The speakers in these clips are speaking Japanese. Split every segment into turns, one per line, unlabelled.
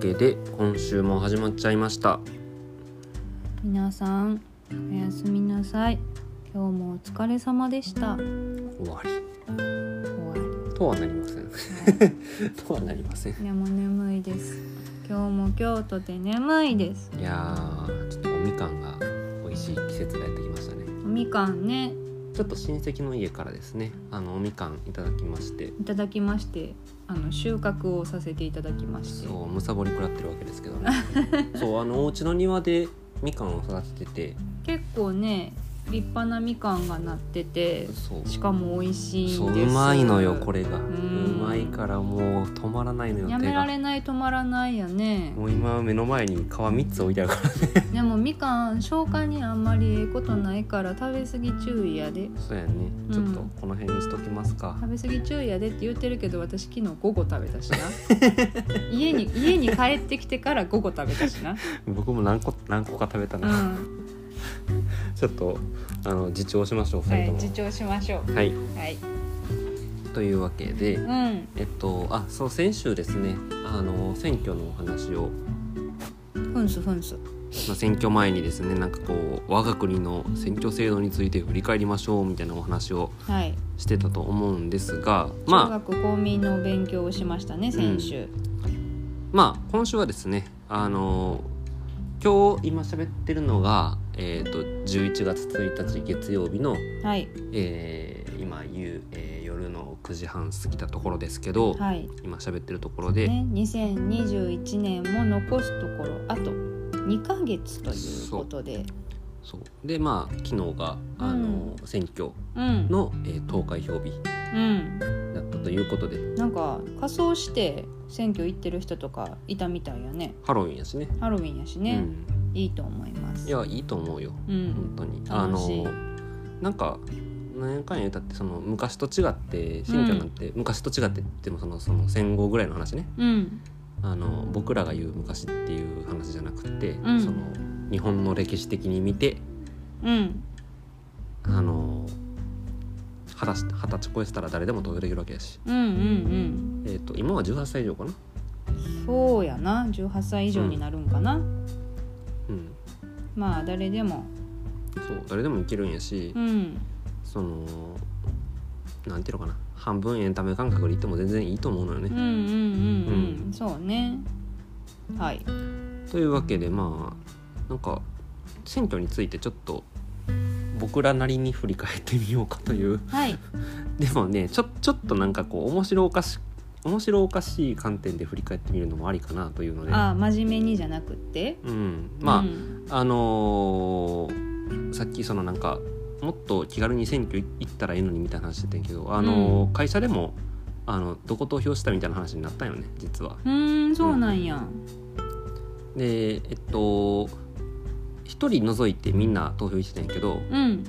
けで今週も始まっちゃいました
皆さんおやすみなさい今日もお疲れ様でした終
終わり
わり
とはなりません とはなりません
いやもう眠いです今日も京都で眠いです
いやーちょっとおみかんが美味しい季節がやってきましたね
おみかんね
ちょっと親戚の家からですねあのおみかんいただきまして
いただきましてあの収穫をさせていただきまして
そうむさぼり食らってるわけですけ どねそうあのお家の庭でみかんを育ててて
結構ね立派なみかんがなってて
そう
しかも美味しいんです
そううまいのよこれがうんまいからもう止まらないのよ
や
手
めら
が
れない止まらないよね
もう今目の前に皮3つ置いてあるから
でもみかん消化にあんまりええことないから食べ過ぎ注意やで
そうやねちょっとこの辺にしときますか、
食べ過ぎ注意やでって言ってるけど私昨日午後食べた しな家に家に帰ってきてから午後食べたし な
僕も何個何個か食べた
う
な、
ん、
ちょっとあの自重しましょう
は
2
い、
人
自
と
重しましょ
もはい、
うはい
というわけで
うん
えっとあそう先週ですねあの選挙のお話を
ふんすふんす
まあ、選挙前にですねなんかこう我が国の選挙制度について振り返りましょうみたいなお話を
はい
してたと思うんですが
中
まあ
学公民の勉強をしましたね先週、
まあ今週はですねあの今日今喋ってるのが、えー、と11月1日月曜日の、
はい
えー今夕、えー夜の9時半過ぎたところですけど、
はい
今喋ってるところで、
ね2021年も残すところあと2ヶ月ということで
そうでまあ昨日があの、選挙
うん
の、えー投開票日
うん
だったということで
なんか仮装して選挙行ってる人とかいたみたいやね
ハロウィンやしね。
ハロウィンやしね、
うん
いいと思います
いやいいと思うよ
う
本
ん
当にあ
楽しい
のなんか何やかんや言うたってその昔と違って新居なんて、昔と違ってでもそのその戦後ぐらいの話ね
うん
あの僕らが言う昔っていう話じゃなくて、
うん
その日本の歴史的に見て
うん
あの二十歳二十歳超えてたら誰でも投票できるわけやし、
うんうん
えー、と今は18歳以上かな、
うんそうやな18歳以上になるんかな、
うん、
まあ誰でも
そう誰でもいけるんやし、
うん
そのなんていうのかな半分エンタメ感覚でいっても全然いいと思うのよね
うんうんう。んうんそうねはい
というわけでまあなんか選挙についてちょっと僕らなりに振り返ってみようかという
はい
でもねちょちょっとなんかこう面白おかし面白おかしい観点で振り返ってみるのもありかなというので、
あ真面目にじゃなくって
うん、まあ、
うん
あのーさっきそのなんかもっと気軽に選挙行ったらいいのにみたいな話してたんやけど、あのー会社でもあのどこ投票したみたいな話になったんよね実は。
うーんそうなんや
でえっと一人除いてみんな投票してたんやけど、
うん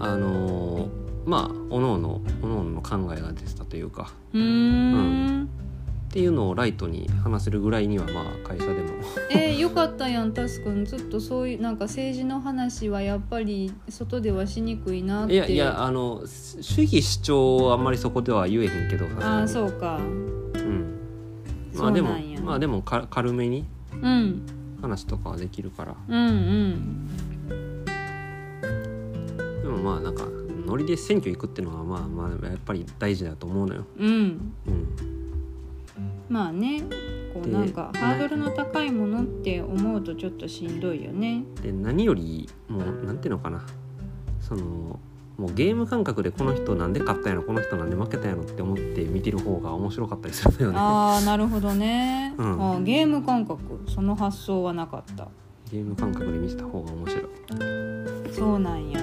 あのーまあおのおのおのおのの考えが出てたというか
うーん
っていうのをライトに話せるぐらいにはまあ会社でも
えよかったやんタスくんずっとそういうなんか政治の話はやっぱり外ではしにくいなって
いやいやあの主主義主張はあんまりそこでは言えへんけど
あー
う、
そうか
うん、ま
そ
あ
う
でも
なんや
まあでもか軽めに
うん
話とかはできるから
うんうん
でもまあなんかノリで選挙行くっていうのはまあまあやっぱり大事だと思うのよ、
うん
うん、
まあねこう
で
なんかハードルの高いものって思うとちょっとしんどいよね
で何よりもうなんていうのかなそのもうゲーム感覚でこの人なんで勝ったんやろこの人なんで負けたんやろって思って見てる方が面白かったりするのよね
ああなるほどね、
うん
あーゲーム感覚その発想はなかった
ゲーム感覚で見てた方が面白い
そうなんや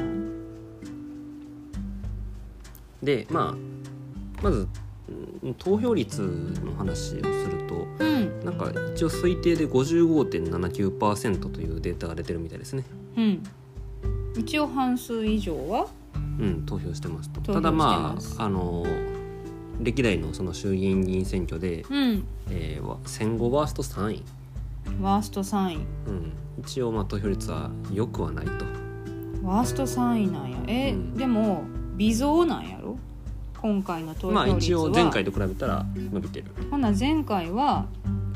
でまあまずうん投票率の話をすると
うん
なんか一応推定で55.79%というデータが出てるみたいですね
うん一応半数以上は
うん投票してますと
投票
ただま
してます
ああの歴代のその衆議院議員選挙で、
うん
えー、わ戦後ワースト3位
ワースト3位
うん、一応まあ投票率は良くはないと
ワースト3位なんやえ、
うん
でも微増なんやろ今回の投票率
ま
は、
あ一応前回と比べたら伸びてる
ほな前回は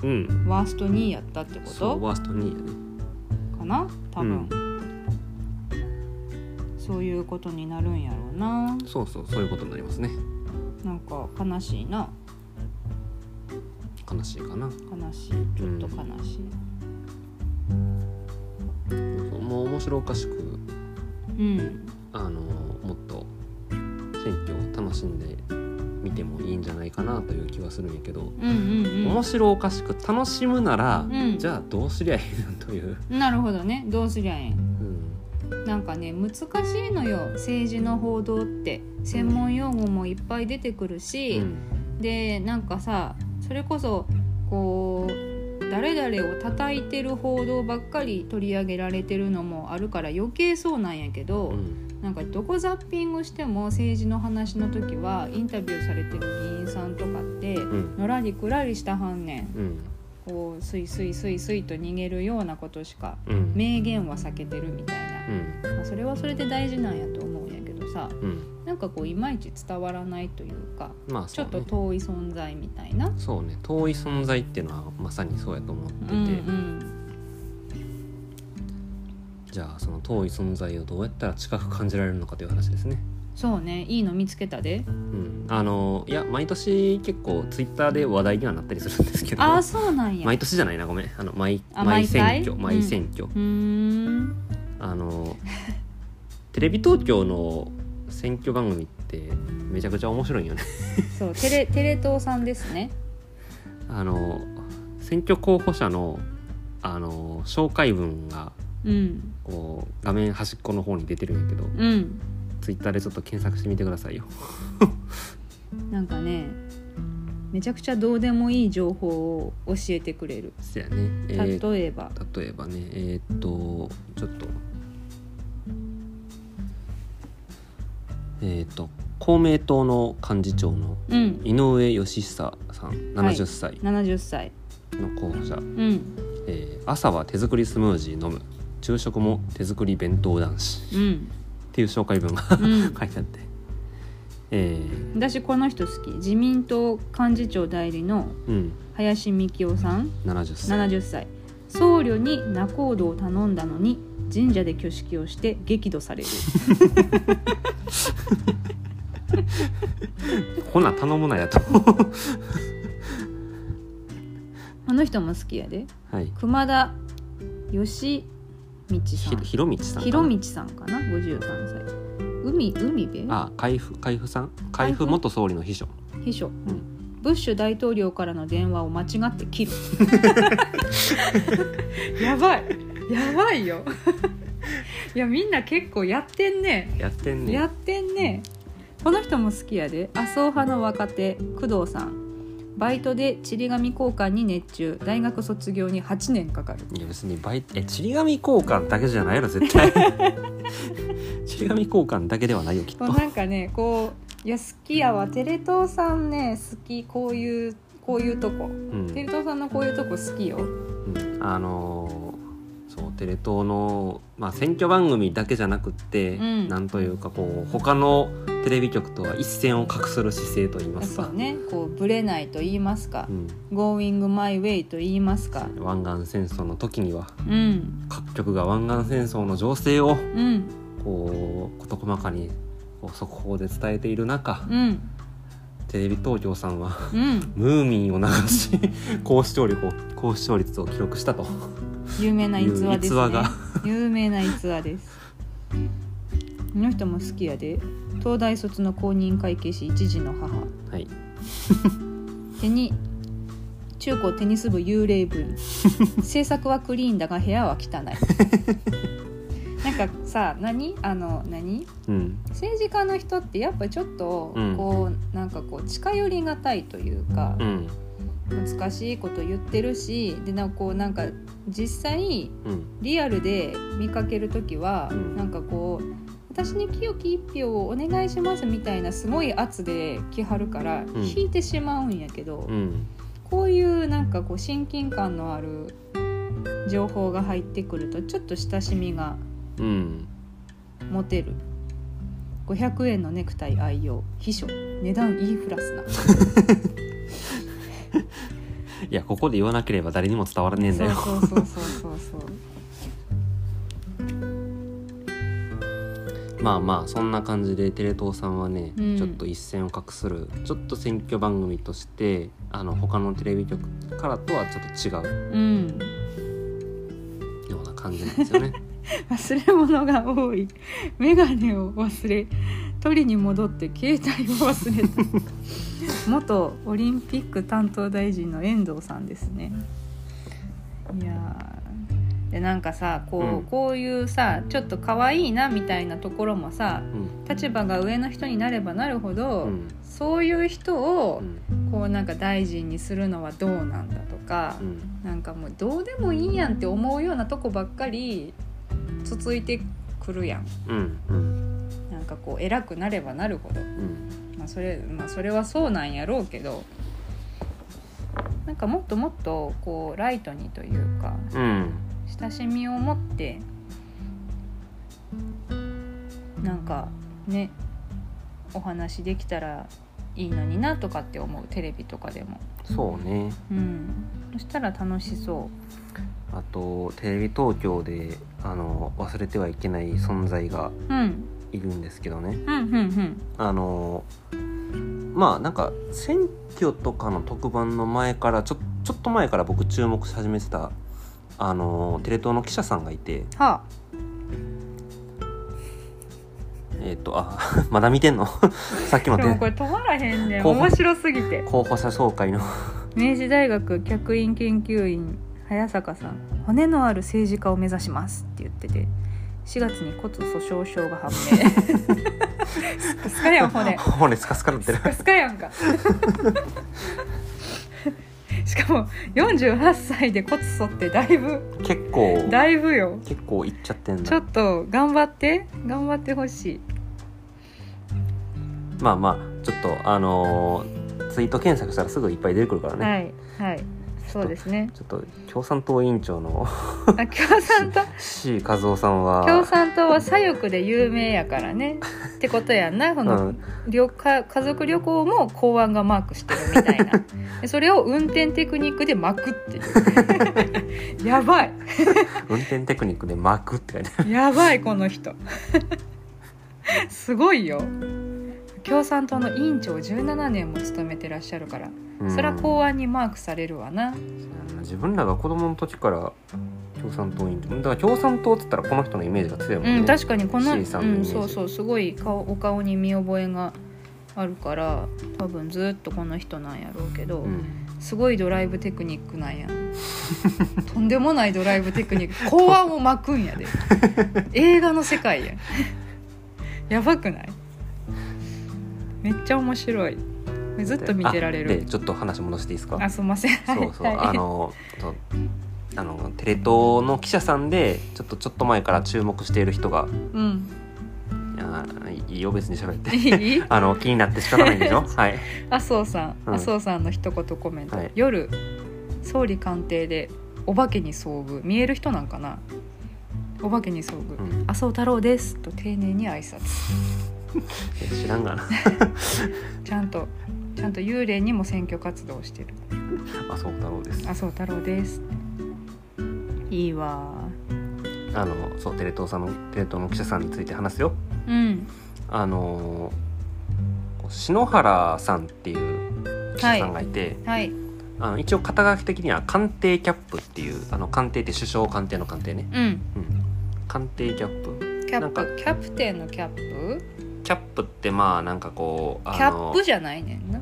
うん
ワースト2位やったってこ
そう
と
ワースト2位やね
かな多
う
分、
ん、
そういうことになるんやろうな
そうそうそういうことになりますね
なんか悲しいな
悲しいかな
悲しいちょっと悲しい
もう面白おかしく
うん、
あのもっと選挙を楽しんで見てもいいんじゃないかなという気はするんやけど、
うん、うんうん
面白おかしく楽しむなら、
うん
じゃあどうすりゃいいのという、
なるほどねどうすりゃええん
うん
なんかね難しいのよ政治の報道って専門用語もいっぱい出てくるし、
うん
でなんかさそれこそこう誰々を叩いてる報道ばっかり取り上げられてるのもあるから余計そうなんやけど、
うん
なんかどこザッピングしても政治の話の時はインタビューされてる議員さんとかって
うん
のらりくらりした反面
うん
こうスイスイスイスイと逃げるようなことしか
うん
名言は避けてるみたいな。
うん
まあ、それはそれで大事なんやと思うんやけどさ
うん
なんかこういまいち伝わらないというか
まあ
ち
そ
ょ
う
っ
ね
と遠い存在みたいな。
そうね遠い存在っていうのはまさにそうやと思ってて、
うんうん
じゃあその遠い存在をどうやったら近く感じられるのかという話ですね。
そうねいいの見つけたで
うん、あのいや毎年結構ツイッターで話題にはなったりするんですけど
ああそうなんや
毎年じゃないなごめんあの毎
あ
毎選
毎回
挙
うん
毎選挙、
うーん
あの テレビ東京の選挙番組ってめちゃくちゃ面白いよね
そうテレテレ東さんですね
あの選挙候補者のあの紹介文が
うん
こう画面端っこの方に出てるんやけど
うん
ツイッターでちょっと検索してみてくださいよ
なんかねめちゃくちゃどうでもいい情報を教えてくれる
そやね、え
例
ー
えば、
例えばねえーっとちょっとえーっと公明党の幹事長の
うん
井上義久さん70歳
70歳
の候補者、
うん
えー朝は手作りスムージー飲む昼食も手作り弁当男子
うん
っていう紹介文が
うん
書いてあって、えー
私この人好き自民党幹事長代理の
うん、
林幹雄さん
70歳
70歳僧侶に仲人を頼んだのに神社で挙式をして激怒される
ほな頼むなやと
あの人も好きやで
はい
熊田義道さ
ひ
ん
ひろみちさんかな
広道さんかな53歳海海辺
あ海部海部さん海
海
部
部
元総理の秘書
秘書、ブッシュ大統領からの電話を間違って切る やばいやばいよいやみんな結構やってんね
やってんね
やってんねこの人も好きやで麻生派の若手工藤さんバイトでちり紙交換に熱中大学卒業に8年かかる
いや別にバイえちり紙交換だけじゃないの絶 対ちり紙交換だけではないよきっと
こうなんかねこういや好きやわテレ東さんね好きこういうこういうとこ
うん
テレ東さんのこういうとこ好きよ
うんあのーそうテレ東の、まあ、選挙番組だけじゃなくって、
うん
なんというかこう他のテレビ局とは一線を画する姿勢といいます
そ
か
う、ねこうぶれないと言いますか
うん、
「Going my way」と言いますか
湾岸戦争の時には
うん
各局が湾岸戦争の情勢を
うん
こう事細かにこう速報で伝えている中、
うん
テレビ東京さんは
うん
ムーミンを流し 高視聴力を高視聴率を記録したと
有名な逸話で
逸
すね
話が
有名な逸話ですこの人も好きやで東大卒の公認会計士一児の母
はい
手に中高テニス部幽霊部 員制作はクリーンだが部屋は汚いなんかさ何あの何
うん
政治家の人ってやっぱちょっと
うん
こう、なんかこう近寄りがたいというか
う、ん
難しいこと言ってるしでなんかこうなんか実際
うん
リアルで見かける時は、
うん
なんかこう私に清き一票をお願いしますみたいなすごい圧で来はるから、
ん
引いてしまうんやけど、
うん
こういうなんかこう親近感のある情報が入ってくるとちょっと親しみが
うん
持てる500円のネクタイ愛用秘書値段言いふらすな
いやここで言わなければ誰にも伝わらねえんだよ
そうそうそうそうそうそう
まあまあそんな感じでテレ東さんはね、
うん
ちょっと一線を画するちょっと選挙番組としてあの他のテレビ局からとはちょっと違う
うん
ような感じなんですよ ね。
忘れ物が多い眼鏡を忘れ取りに戻って携帯を忘れた元オリンピック担当大臣の遠藤さんですねいやーでなんかさこう,、
うん
こういうさちょっと可愛いなみたいなところもさ
うん
立場が上の人になればなるほど、
うん
そういう人
う
を
ん
こうなんか大臣にするのはどうなんだとか
う、ん
なんかもうどうでもいいやんって思うようなとこばっかり続いてくるやん
うんうん
なんかこう偉くなればなるほど、
うん
まあそれまあ、それはそうなんやろうけどなんかもっともっとこうライトにというか
うん
親しみを持ってなんかねお話できたらいいのになとかって思うテレビとかでも、
そうね
うん、そしたら楽しそ
あとテレビ東京であの忘れてはいけない存在が
う、うん、
いるんですけどね
うんうんうん
あのまあなんか選挙とかの特番の前からちょちょっと前から僕注目し始めてたあのテレ東の記者さんがいて
は
えっ、とあ まだ見てんのさっきの
あ、でも
ね
これ止まらへんね
候補
面白すぎて
候補者紹介の
明治大学客員研究員早坂さん骨のある政治家を目指しますって言ってて4月に骨粗鬆症が判明 スカスカやん骨
骨スカスカなって
ス
る
カスカやんか しかも48歳で骨粗ってだいぶ
結構
だいぶよ
結構いっちゃってん
ちょ
だ
っと頑張って頑張ってほしい
まあまあちょっとあのーツイート検索したらすぐいっぱい出てくるからね、
はいはいそうですね
ちょっと共産党委員長の
あ共産党
C 和夫さんは
共産党は左翼で有名やからねってことやんなこ
う
の
ん
旅家家族旅行も公安がマークしてるみたいなでそれを運転テクニックで巻くっていう やばい
運転テクニックで巻くって書いてある
やばいこの人すごいよ共産党の委員長を17年も務めてらっしゃるから
うん
そりゃ公安にマークされるわな
自分らが子供の時から共産党員だから共産党って言ったらこの人のイメージが強いもん
う
ね、
ん、確かにこの、う
C さんのイメー
ん、
ジ
そうそうすごい顔お顔に見覚えがあるから多分ずっとこの人なんやろうけど、
うん
すごいドライブテクニックなんや とんでもないドライブテクニック公安を巻く んやで映画の世界やんやばくないめっちゃ面白いずっと見てられ
あで
る
ちょっと話戻していいですか
あすいません
そうそう
はいはい
あのそうあのテレ東の記者さんでちょっとちょっと前から注目している人が
うん
あーいいよ別に喋って
い い
あの気になって仕方ないんでし ょはい
麻生さん、
うん
麻生さんの一言コメント、
はい
夜総理官邸でお化けに遭遇見える人なんかなお化けに遭遇、
うん
麻生太郎ですと丁寧に挨拶
いや知らんがな
ちゃんとちゃんと幽霊にも選挙活動してる
麻生太郎です
麻生太郎ですいいわ
あのそうテレ東さんのテレ東の記者さんについて話すよ
うん
あの篠原さんっていう記者さんがいて、
はい
あの一応肩書き的には官邸キャップっていうあの官邸って首相官邸の官邸ね、
うん
うん、官邸キャップ
キャッ
なん
プキャプテンのキャップ
キャップってまあなんかこうあ
キャップじゃないねんな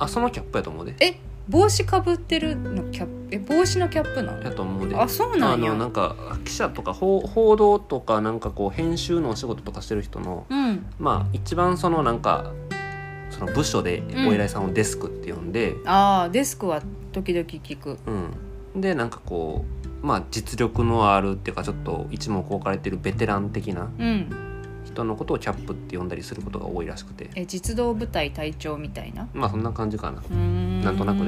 あそのキャップやと思うで
え帽子かぶってるのキャップえ帽子のキャップな
や
の
と思うで
あそう
あ
なんや
のなんか記者とか報報道とかなんかこう編集のお仕事とかしてる人の
うん
まあ一番そのなんかその部署でお偉いさんをデスクって呼んで、
ああデスクは時々聞く
うん、でなんかこうまあ実力のあるっていうかちょっと一目置かれてるベテラン的な
うん
人のことをキャップって呼んだりすることが多いらしくて
え実動部隊隊長みたいな
まあそんな感じかな
うーん
なんとなく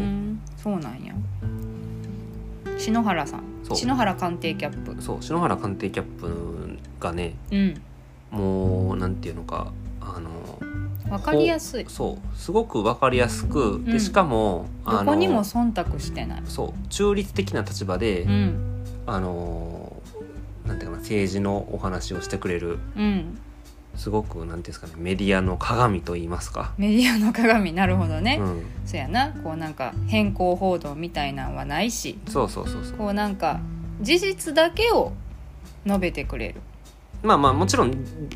そうなんや篠原さん
そう
篠原官邸キャップ
そう篠原官邸キャップがね
うん
もうなんていうのかあの
わかりやすい
そうすごく分かりやすく、
う
で
ん
しかも
どこにも忖度してない
そう中立的な立場で、
うん
あのなんていうかな政治のお話をしてくれる
うん
すごくなんていうんですかねメディアの鏡と言いますか。
メディアの鏡なるほどね、
うん、
そうやなこうなんか変更報道みたいなんはないし
そうそうそうそう
こうなんか事実だけを述べてくれる
まあまあもちろん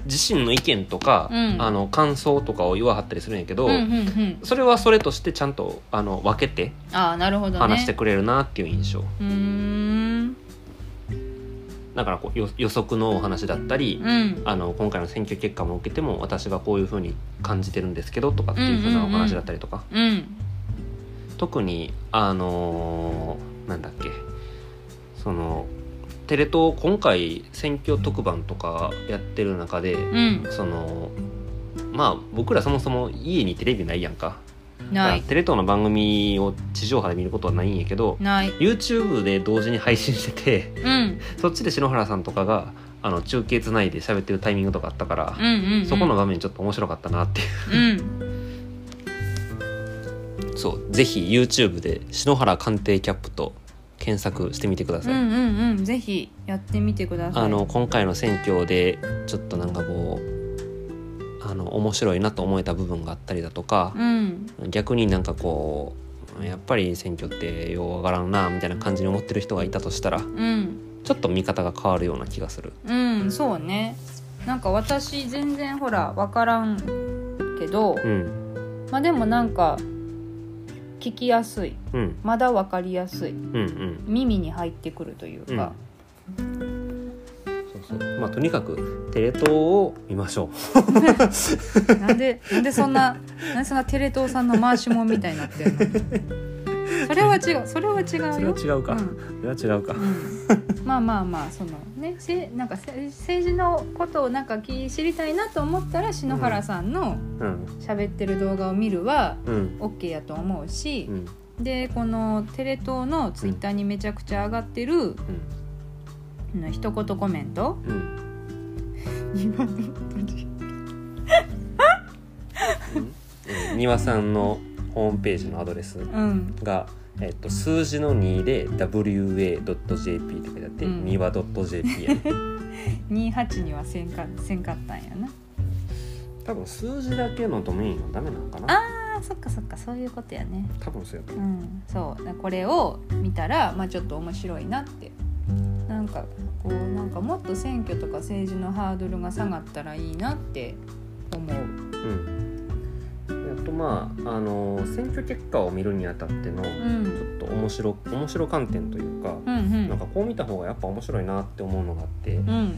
自身の意見とか、
うん
あの感想とかを言わはったりするんやけど、
うんうんうん
それはそれとしてちゃんとあの分けて
ああなるほどね
話してくれるなっていう印象、
うーん
だからこうよ予測のお話だったり、
うん
あの今回の選挙結果も受けても私はこういうふうに感じてるんですけどとかっていうふうなお話だったりとか、
うん
特にあのーなんだっけそのテレ東今回選挙特番とかやってる中で、
うん
そのまあ僕らそもそも家にテレビないやんか
な
だ
い
からテレ東の番組を地上波で見ることはないんやけど
ない
YouTube で同時に配信してて
うん
そっちで篠原さんとかがあの中継つないで喋ってるタイミングとかあったから
う、んうんうん
そこの場面ちょっと面白かったなってい
うん
うそうぜひ YouTube で篠原官邸キャップと検索してみてくだ
う
さい、
んうんうんぜひやってみてください
あの今回の選挙でちょっとなんかこうあの面白いなと思えた部分があったりだとか
う、ん
逆になんかこうやっぱり選挙ってようわからんなみたいな感じに思ってる人がいたとしたら
うん
ちょっと見方が変わるような気がする
うんそうねなんか私全然ほら分からんけど、
うん
まあでもなんか聞きやすい
うん
まだ分かりやすい
うんうん
耳に入ってくるというか、
そうそうまあとにかくテレ東を見ましょ
なんでなんでそ んななんでそんなテレ東さんの回しもんみたいになってんのそれは違うそれは違うよ
うそれは違うか、
うん
それは違うか
うんまあまあまあそのねせなんかせ政治のことをなんかき知りたいなと思ったら篠原さんの
うん
喋ってる動画を見るは
うん、
OK やと思うし
う、ん
でこのテレ東のツイッターにめちゃくちゃ上がってる、うん、一言コメント
うんうん
今の文字
えー丹羽さんのホームページのアドレス
うん
が、えっと、数字の2で wa.jp って書いてあって、
うん
にわ .jp やね
28にはせんかせんかったんやな
多分数字だけのドメインはダメなのかな
あーそっかそっかそういうことやね
多分そうやと
う
思うん
そうだこれを見たら、まあ、ちょっと面白いなってなんかこうなんかもっと選挙とか政治のハードルが下がったらいいなって思う
うんであとまあ、あのー選挙結果を見るにあたってのち
う
ょ
ん
っと面白面白観点というか、
うん
なんかこう見た方がやっぱ面白いなって思うのがあって、
うんうん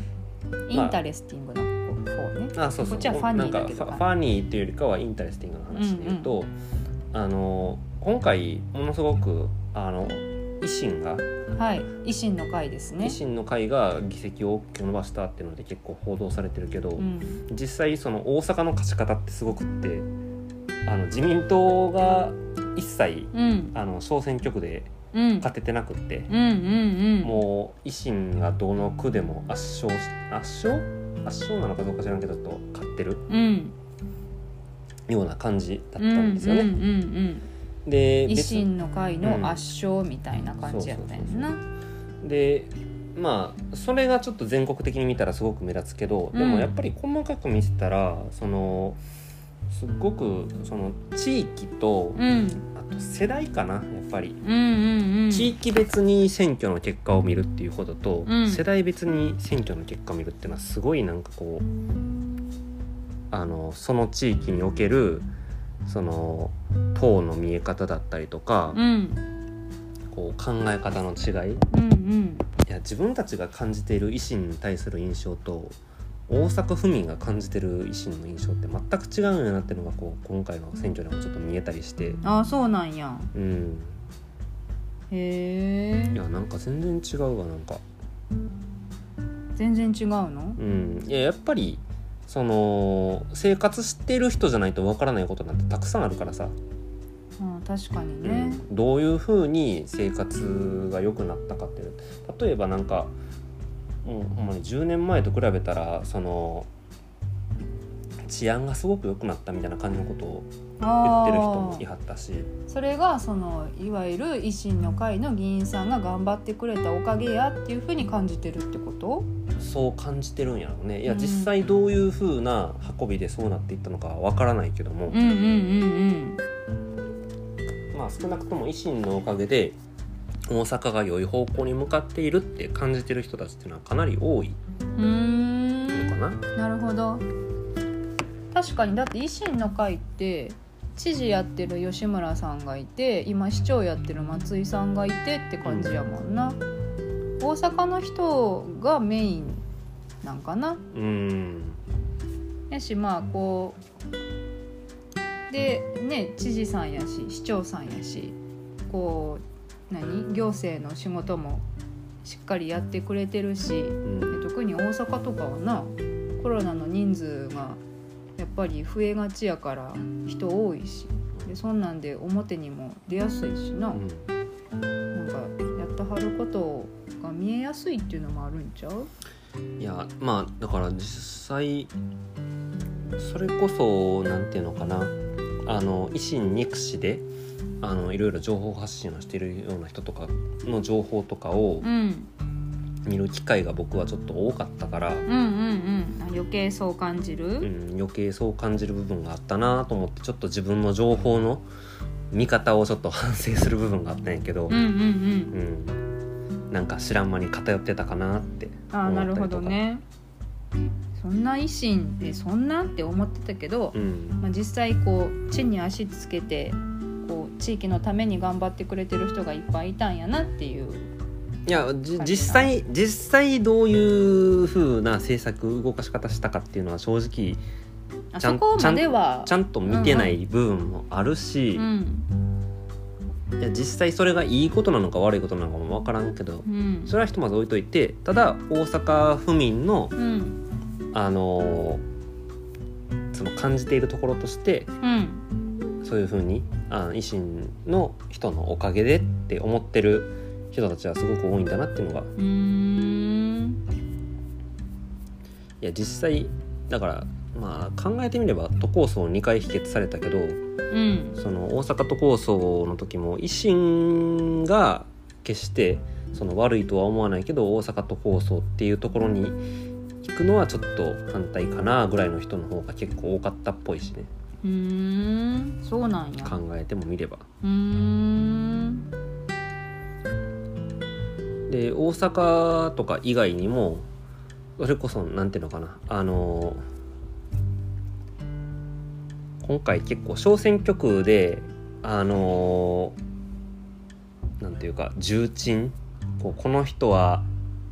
インタレスティングな方ね
あそうそう
こっちはファニーだけ
な
ど
んかファファニーっていうよりかはインタレスティングの話で言うと、あのー今回ものすごくあの維新が、
はい維新の会ですね
維新の会が議席を大きく伸ばしたっていうので結構報道されてるけど、
うん
実際その大阪の勝ち方ってすごくってあの自民党が一切
うん
あの小選挙区で
うん
勝ててなくって、
うんうんうん
もう維新がどの区でも圧勝し圧勝圧勝なのかどうか知らんけどちょっと勝ってる
うん
ような感じだった
うんうん
んですよね。
うんうん
で
維
別
新の会の圧勝みたいな感じやったんやな
そうでまあそれがちょっと全国的に見たらすごく目立つけどで
う
も
ん
やっぱり細かく見せたらそのすっごくその地域と
うん
あと世代かなやっぱり、
うんうんうん
地域別に選挙の結果を見るっていうことと、
うん
世代別に選挙の結果を見るっていうのはすごいなんかこうあのその地域におけるその党の見え方だったりとか、
うん
こう考え方の違いい
うんうん
や自分たちが感じている維新に対する印象と大阪府民が感じてる維新の印象って全く違うんやなっていうのがこう今回の選挙でもちょっと見えたりして、
ああそうなんや
うん、
へ
い
え
やなんか全然違うわなんか。
全然違うの
うん、いややっぱりその生活してる人じゃないとわからないことなんてたくさんあるからさ、
ああ確かに
う
ね
んどういうふうに生活が良くなったかっていう例えばなんかもうほんまに10年前と比べたらその治安がすごく良くなったみたいな感じのことを言
あ
ってる人もい
ー
はったし
それがそのいわゆる維新の会の議員さんが頑張ってくれたおかげやっていうふうに感じてるってこと
そう感じてるんやろうねいや
うん
実際どういう風な運びでそうなっていったのかはわからないけども、
うんうんうん
まあ、少なくとも維新のおかげで大阪が良い方向に向かっているって感じてる人たちっていうのはかなり多い
うんうーん
のかな。
なるほど確かにだって維新の会って知事やってる吉村さんがいて今市長やってる松井さんがいてって感じやもんな大阪の人がメインなんかな
うん
やしまあこうでね知事さんやし市長さんやしこう何行政の仕事もしっかりやってくれてるし
うん
で特に大阪とかはなコロナの人数がやっぱり増えがちやから人多いしでそんなんで表にも出やすいしな,、
うん
なんかやってはることが見えやすいっていうのもあるんちゃう
いやまあだから実際それこそなんていうのかなあの維新憎しであのいろいろ情報発信をしているような人とかの情報とかを
うん
見る機会が僕はちょっと多かったから、
うんうんうん余計そう感じ
う
る、
ん、余計そう感じる部分があったなと思ってちょっと自分の情報の見方をちょっと反省する部分があったんやけど
うん、、うんう
う
ん
ん、なんか知らん間に偏ってたかなって
あー
思
な
ったり
る
とか
ほどねそんな維新でそんなって思ってたけど
う、ん
まあ、実際こう地に足つけてこう地域のために頑張ってくれてる人がいっぱいいたんやなっていう
いやじ
感じな
実際実際どういう風な政策動かし方したかっていうのは正直
あ
ちゃ
そ
ん
こまでは
ちゃんと見てない部分もあるし、
うん
いや実際それがいいことなのか悪いことなのかも分からんけど
うん
それはひとまず置いといてただ大阪府民の
うん
あのーその感じているところとして
うん
そういうふうにあの維新の人のおかげでって思ってる人たちはすごく多いんだなっていうのが
うーん
いや実際だからまあ考えてみれば都構想2回否決されたけど
うん
その大阪都構想の時も維新が決してその悪いとは思わないけど大阪都構想っていうところに行くのはちょっと反対かなぐらいの人の方が結構多かったっぽいしね
うーんそうなんや
考えてもみれば。
うーん
で大阪とか以外にもそれこそなんていうのかなあの今回結構小選挙区であのなんていうか重鎮こうこの人は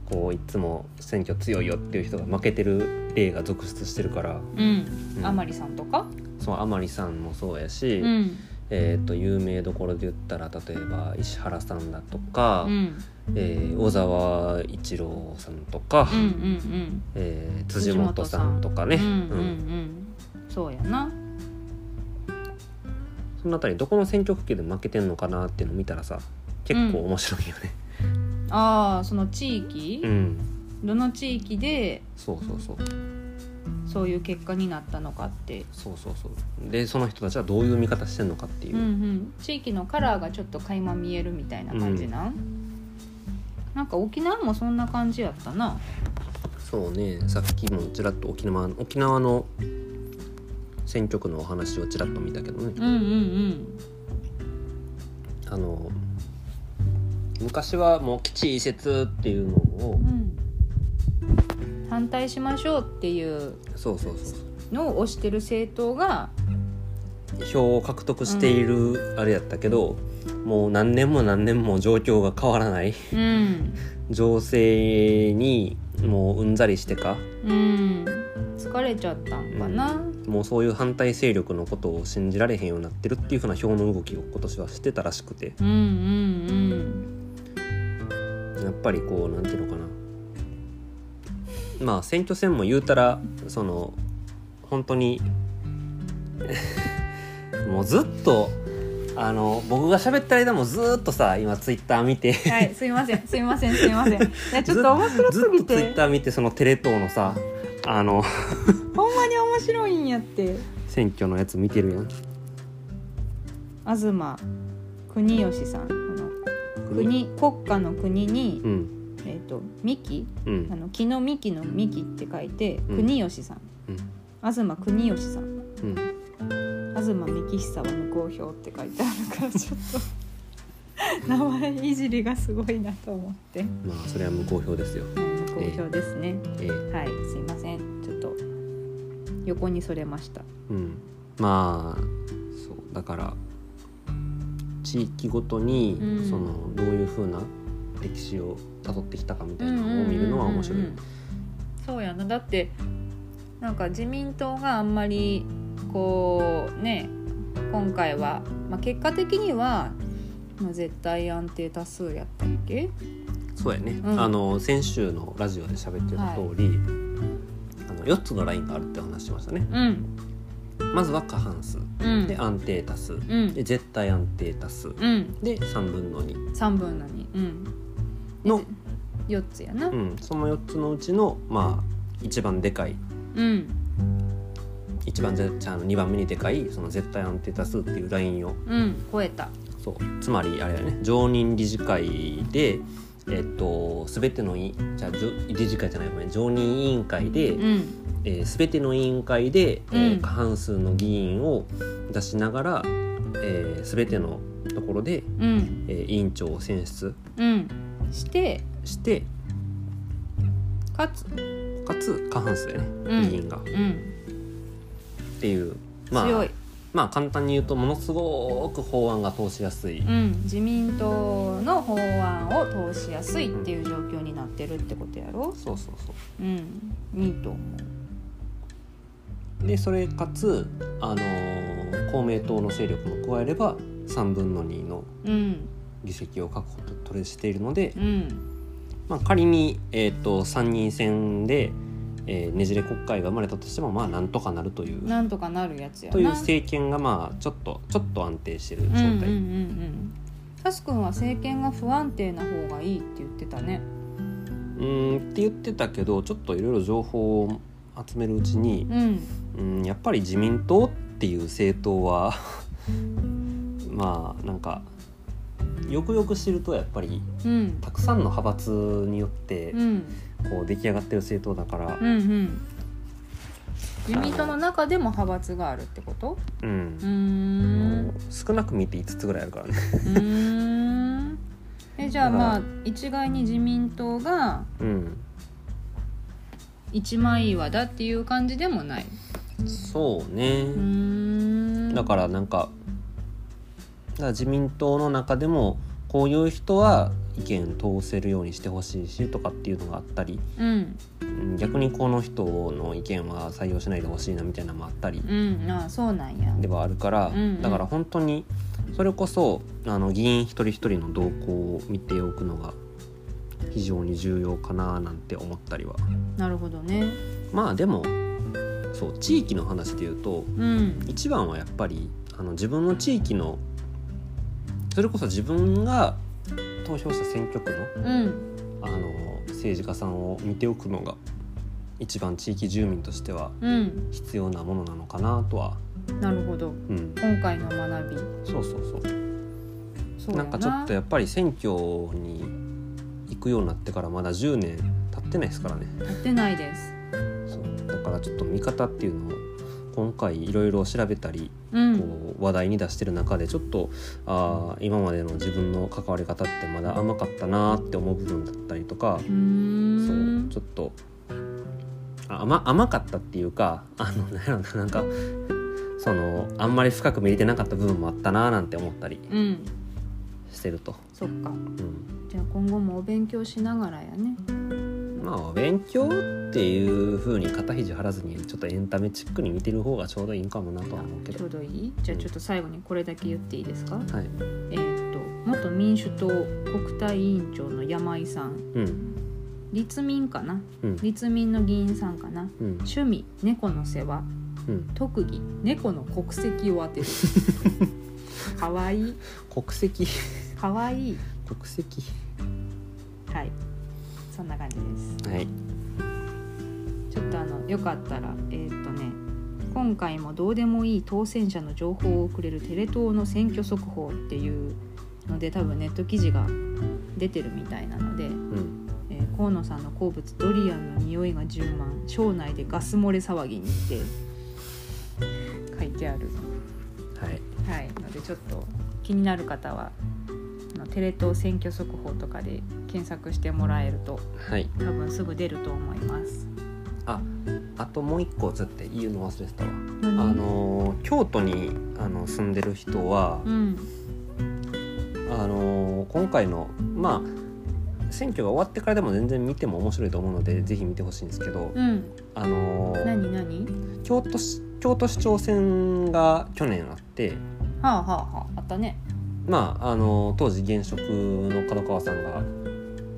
こういつも選挙強いよっていう人が負けてる例が続出してるから、
うん
うん
あまりさんとか
その甘利さんもそうやし、
うん
えー、と有名どころで言ったら例えば石原さんだとか。
うん
えー小沢一郎さんとか、
うんうんうん
えー辻元さんとかね、
うんう
うん
んうんそうやな
そのあたりどこの選挙区で負けてんのかなっていうのを見たらさ結構面白いよね。
ああその地域、
うん、
どの地域で
そうそうそう
そういう結果になったのかって、
そうそうそうでその人たちはどういう見方してんのかっていうう、
んうん、地域のカラーがちょっと垣間見えるみたいな感じなん、なんか沖縄もそんな感じやったな
そうねさっきもちらっと沖縄沖縄の選挙区のお話をちらっと見たけどね、
うんうんうん
あの昔はもう基地移設っていうのを
うん反対しましょうっていう
そうそうそうそう
のを推してる政党が
票を獲得しているあれやったけど、もう何年も何年も状況が変わらない
うん
情勢にもううんざりしてか
うん疲れちゃったんかな、
もうそういう反対勢力のことを信じられへんようになってるっていうふうな票の動きを今年はしてたらしくて
うん、うんうん
やっぱりこうなんていうのかなまあ選挙戦も言うたらその本当に もうずっとあの僕が喋った間もずっとさ今ツイッター見て
はいすいませんすいませんすいませんいやちょっと面白
ずっ
すぎ
とツイ
て
ッター見てそのテレ東のさあの
ほんまに面面白いんやって
選挙のやつ見てるやん
東国吉さんこの国国家の国に、
うん
えー、と幹
う
あ
ん
の木の幹の幹って書いて、
うん
国吉さん、
うん
東国吉さん
うん
東幹久は無効票って書いてあるからちょっと名前いじりがすごいなと思って、はい
まあそれは無効票ですよ
無効票ですね、
ええ
はいすいませんちょっと横にそれました
うんまあそうだから地域ごとに、
うん
そのどういうふうな歴史を辿ってきたかみたいなのを見るのは面白い。
うんうんうんうんそうやなだってなんか自民党があんまりこうね今回は、まあ、結果的には、まあ、絶対安定多数やったっけ
そうやね、
うん
あの先週のラジオで喋ってた通り、あの4つのラインがあるって話しましたね。
うん
まずは過半数
うん
で安定多数
うん
で絶対安定多数
うん
で3分の2
3分の2うん
の、
4つやな
うん、その4つのうちのまあ一番でかい
うん
一番ぜあの2番目にでかいその絶対安定多数っていうラインを
うん超えた
そうつまりあれだよね常任理事会でえっと全てのいじゃあじょ理事会じゃないごめん常任委員会で、
うん
えー全ての委員会で、えー
うん
過半数の議員を出しながら、えー、全てのところで、
うん
えー委員長を選出
うんして
して
かつ
かつ過半数でね、
うん
議員がっ
うん
ていうま
強
あ
い、
まあ簡単に言うとものすごく法案が通しやすい、
うん、自民党の法案を通しやすいっていう状況になってるってことやろ
そうそうそう
うんいいと思
でそれかつ、あのー公明党の勢力も加えれば3分の2の
ううん
議席を確保と取れしているので
う、ん
まあ、仮に、えー、と参議院選で、えーねじれ国会が生まれたとしてもまあなんとかなるという
なんとかなるやつやな
という政権がまあちょっとちょっと安定してる状
うん
態、
うんうんうんタス君は政権が不安定な方がいいって言ってたね
うーんって言ってたけどちょっといろいろ情報を集めるうちに
うん
うんやっぱり自民党っていう政党は まあなんかよくよく知るとやっぱり
うん
たくさんの派閥によって
うん
こう出来上がってる政党だから
うんう、ん自民党の中でも派閥があるってこと
うん
うーん
少なく見て5つぐらいあるからね
うーんえじゃあまあ一概に自民党が
うん
一枚岩だっていう感じでもない
そうね、
うーん
だからなんかだから自民党の中でもこういう人は意見通せるようにしてほしいしとかっていうのがあったり
うん
うん逆にこの人の意見は採用しないでほしいなみたいなのもあったり
うんあそうなんや
ではあるから、
んうん
だから本当にそれこそあの議員一人一人の動向を見ておくのが非常に重要かななんて思ったりは
なるほどね
まあでもそう地域の話で言うと
うん
一番はやっぱりあの自分の地域のそれこそ自分が投票した選挙区の
うん
あの政治家さんを見ておくのが一番地域住民としては
うん
必要なものなのかなとは、
なるほど
うん、
今回の学び
そうそうそう
そう
な
やなん
かちょっとやっぱり選挙に行くようになってからまだ10年経ってないですからね
やってないです
そうだからちょっと見方っていうのを今回いろいろ調べたり
うん
こう話題に出してる中でちょっとあー今までの自分の関わり方ってまだ甘かったなーって思う部分だったりとか
うー
そうち
ん
ょっとあ甘甘かったっていうかあのなんやろななんかそのあんまり深く見れてなかった部分もあったなーなんて思ったり
うん
してると、
そっか
う
じゃあ今後もお勉強しながらやね
ん、まあお勉強っていう風に肩肘張らずにちょっとエンタメチックに見てる方がちょうどいいんかもなとは思うけ
ちょ
ど
う。どいいじゃあちょっと最後にこれだけ言っていいですか
はい、
えーっと元民主党国対委員長の山井さん
うん、
立民かな
うん、
立民の議員さんかな
うん、
趣味猫の世話
うん、
特技猫の国籍を 当てるかわいい
国籍、
かわいい
国籍。
はいそんな感じです
はい、
ちょっとあのよかったらえーっとね今回もどうでもいい当選者の情報をくれるテレ東の選挙速報っていうので多分ネット記事が出てるみたいなので、
うん
えー河野さんの好物ドリアンの匂いが充満省内でガス漏れ騒ぎにって書いてある、
はい
はい、のでちょっと気になる方はあのテレ東選挙速報とかで検索してもらえると
はい
多分すぐ出ると思います。
ああともう一個ちょっと言うの忘れてたわ
あ
あのー京都にあの住んでる人は
うん、
あのー今回のまあ選挙が終わってからでも全然見ても面白いと思うのでぜひ見てほしいんですけど、
うん、
あのー
何何
京都市京都市長選が去年あって
はあはあはああったね
まああのー当時現職の角川さんが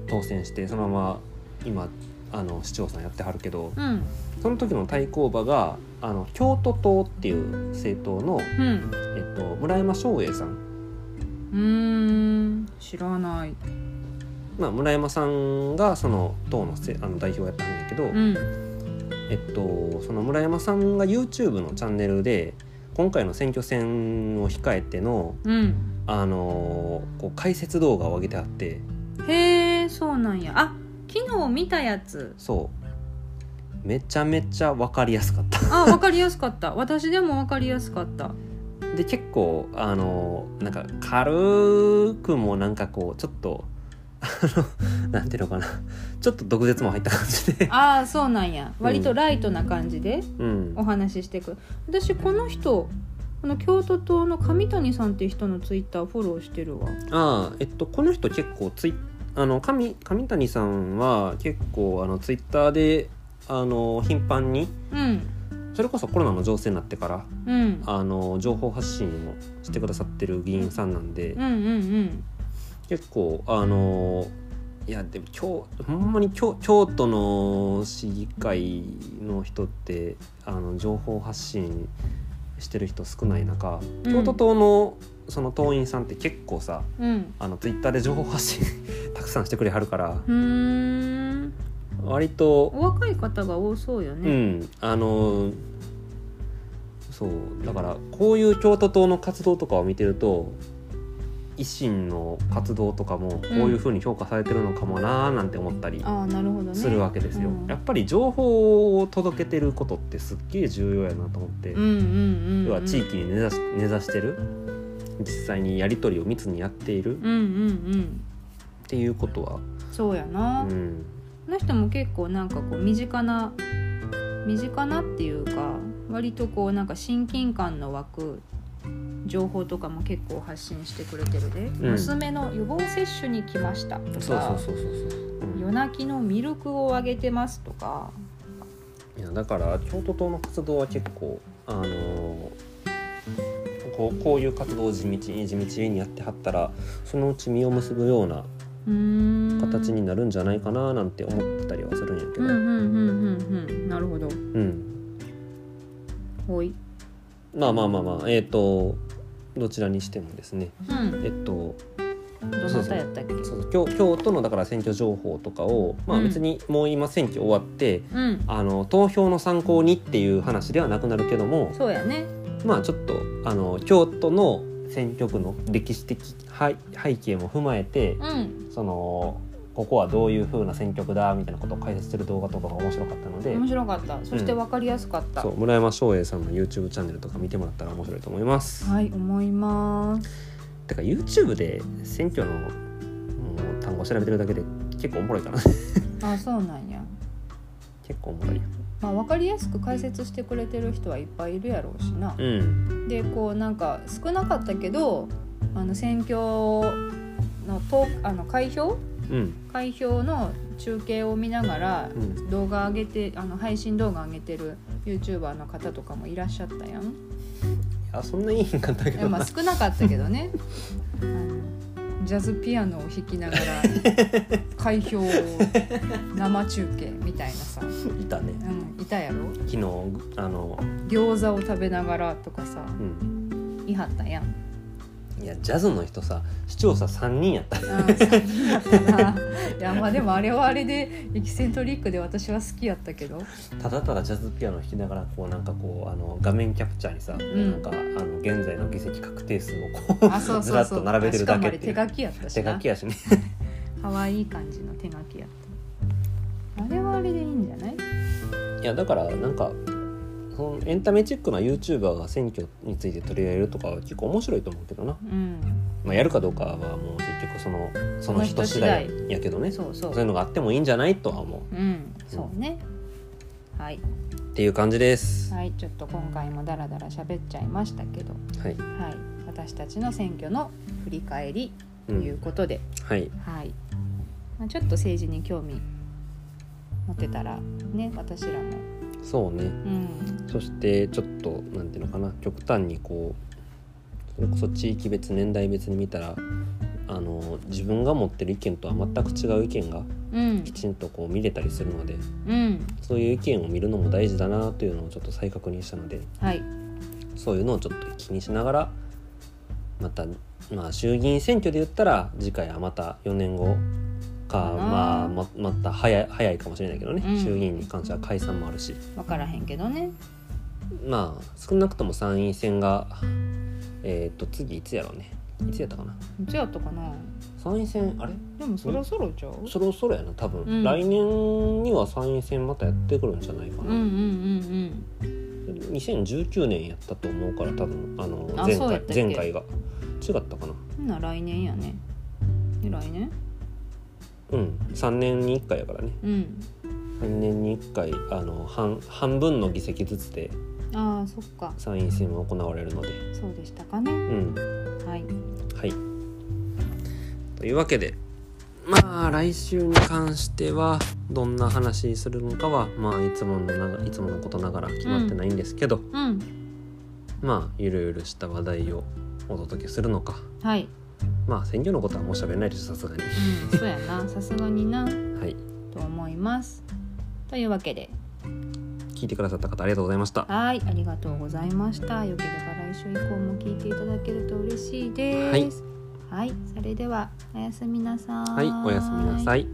当選してそのまま今あの市長さんやってはるけど
うん
その時の対抗馬があの京都党っていう政党の、
うん
えっと、村山昌栄さん
うーん知らない
まあ、村山さんがその党のせあの代表をやったんやけど、
うん
えっと、その村山さんが YouTube のチャンネルで今回の選挙戦を控えての、
うん
あのーこう解説動画を上げてあって
へえそうなんやあ昨日見たやつ
そうめちゃめちゃ分かりやすかった。
あわかりやすかった私でもわかりやすかった
で結構、あのーなんか軽くもなんかこうちょっと あのなんていうのかなちょっと毒舌も入った感じで、
ああそうなんや割とライトな感じで
うん
お、話ししてく私この人この京都党の上谷さんっていう人のツイッターフォローしてるわ
ああえっとこの人結構ツイあの上上谷さんは結構あのツイッターであの頻繁に
うん
それこそコロナの情勢になってから
うん
あの情報発信をしてくださってる議員さんなんで、
うんうん
結構あのいやでも京ほんまに京京都の市議会の人ってあの情報発信してる人少ない中
うん
京都党のその党員さんって結構さ、
うんうん
あのツイッターで情報発信 たくさんしてくれはるから
ふーん
割と
お若い方が多そうよ
う
ね、
んあのそうだからこういう京都党の活動とかを見てると維新の活動とかもこういうふうに評価されてるのかもなーなんて思ったり
ああなるほどね
するわけですよ、
うん
やっぱり情報を届けてることってすっげえ重要やなと思って、
うんうんうんうん
要は地域に根ざし根ざしてる実際にやり取りを密にやっているっ
うんうん
ていうことは、
うんそうやな、
うん、
この人も結構なんかこう身近な身近なっていうか割とこうなんか親近感の湧く情報とかも結構発信してくれてるで、
ん
娘の予防接種に来ましたとか
そうそうそうそうそう、うん
夜泣きのミルクをあげてますとか
いやだから京都党の活動は結構あのーこうこういう活動を地道に地道にやってはったらそのうち実を結ぶような
うーん
形になるんじゃないかななんて思ったりはするんやけ
うん
ど、
う
うん
んうんうんうんなるほどほい
まあまあまあまあえっ、とどちらにしてもですね
うん
えっと
どなたやったっけ
そうそう京京都のだから選挙情報とかを、まあ、
うん
別にもう今選挙終わって、
うん
あの投票の参考にっていう話ではなくなるけども、
そうやね
まあちょっとあの京都の選挙区の歴史的背背景も踏まえて
うん
そのここはどういう風な選挙区だみたいなことを解説する動画とかが面白かったので
面白かったそして分かりやすかった、
そう村山翔英さんの YouTube チャンネルとか見てもらったら面白いと思います。
はい思います
てか YouTube で選挙のもう単語調べてるだけで結構おもろいかな
あそうなんや
結構おもろいよ。
まあ分かりやすく解説してくれてる人はいっぱいいるやろうしな
うん
でこうなんか少なかったけどあの選挙の投あの開票
うん
開票の中継を見ながら
うん
動画上げてあの配信動画上げてる YouTuber の方とかもいらっしゃったやん
あそんないいんかったけ
いや
ど
ま
な
あ少なかったけどねあのジャズピアノを弾きながら 開票を生中継みたいなさ、う
いたね
ん、いたやろ
昨日あの
餃子を食べながらとかさ
うん
いはったやん
いやジャズの人さ市長さ3人やった
あーそうだったないやまあでもあれはあれでエキセントリックで私は好きやったけど
ただただジャズピアノ弾きながらこうなんかこうあの画面キャプチャーにさ、
ん
なんかあの現在の議席確定数をこう
あそう
ず
そ
ら
う
っ
そ
と
う
並べてるだけ
しかもあ
っ
れ
てい
手
う
書きやったし
手書
な
きやしね
可愛い感じの手書きやったあれはあれでいいんじゃない
いやだからなんかそのエンタメチックな YouTuber が選挙について取り上げるとかは結構面白いと思うけどな、
うん
まあ、やるかどうかはもう結局そのその人次第やけどねそう
そうそう
いうのがあってもいいんじゃないとは思
うんそうねはいう
っていう感じです、
はいちょっと今回もダラダラ喋っちゃいましたけど
はい
はい私たちの選挙の振り返り
う
というんことで、
はい、
はい、まあ、ちょっと政治に興味持てたらね私らも
そうね
うん
そしてちょっとなんていうのかな極端にこうそれこそ地域別年代別に見たらあの自分が持ってる意見とは全く違う意見が
うん
きちんとこう見れたりするので
うん
そういう意見を見るのも大事だなというのをちょっと再確認したので
はい
そういうのをちょっと気にしながらまた、まあ、衆議院選挙で言ったら次回はまた4年後か
かな
まあままた早い早いかもしれないけどね、
うん
衆議院に関しては解散もあるし。
分からへんけどね
まあ少なくとも参院選がえっ、と次いつやろうねいつやったかない
つやったかな
参院選あれ
でもそろそろちゃう
そろそろやな多分、
うん
来年には参院選またやってくるんじゃないか
うん
な、
うんうん
2019年やったと思うから多分あの
あ
前
そう
回
やったっけ
前回が違ったかな
うんほな来年やねえ来年
うん3年に1回やからね
うん
3年に1回あの半半分の議席ずつで
ああそっか
参院選は行われるので
そうでしたかね
うん
はい
はい。というわけで、まあ来週に関してはどんな話するのかはまあいつものながいつものことながら決まってないんですけど、
うん
まあゆるゆるした話題をお届けするのか、
はい、
まあ選挙のことはもう喋れないでしょさすがに。
うん、そうやなさすがにな
はい。
と思いますというわけで
聞いてくださった方ありがとうございました。は
はい、ありがとうございました。よければ来週以降も聞いていただけると嬉しいです。はい、それではおやすみなさい。
い、おやすみなさい。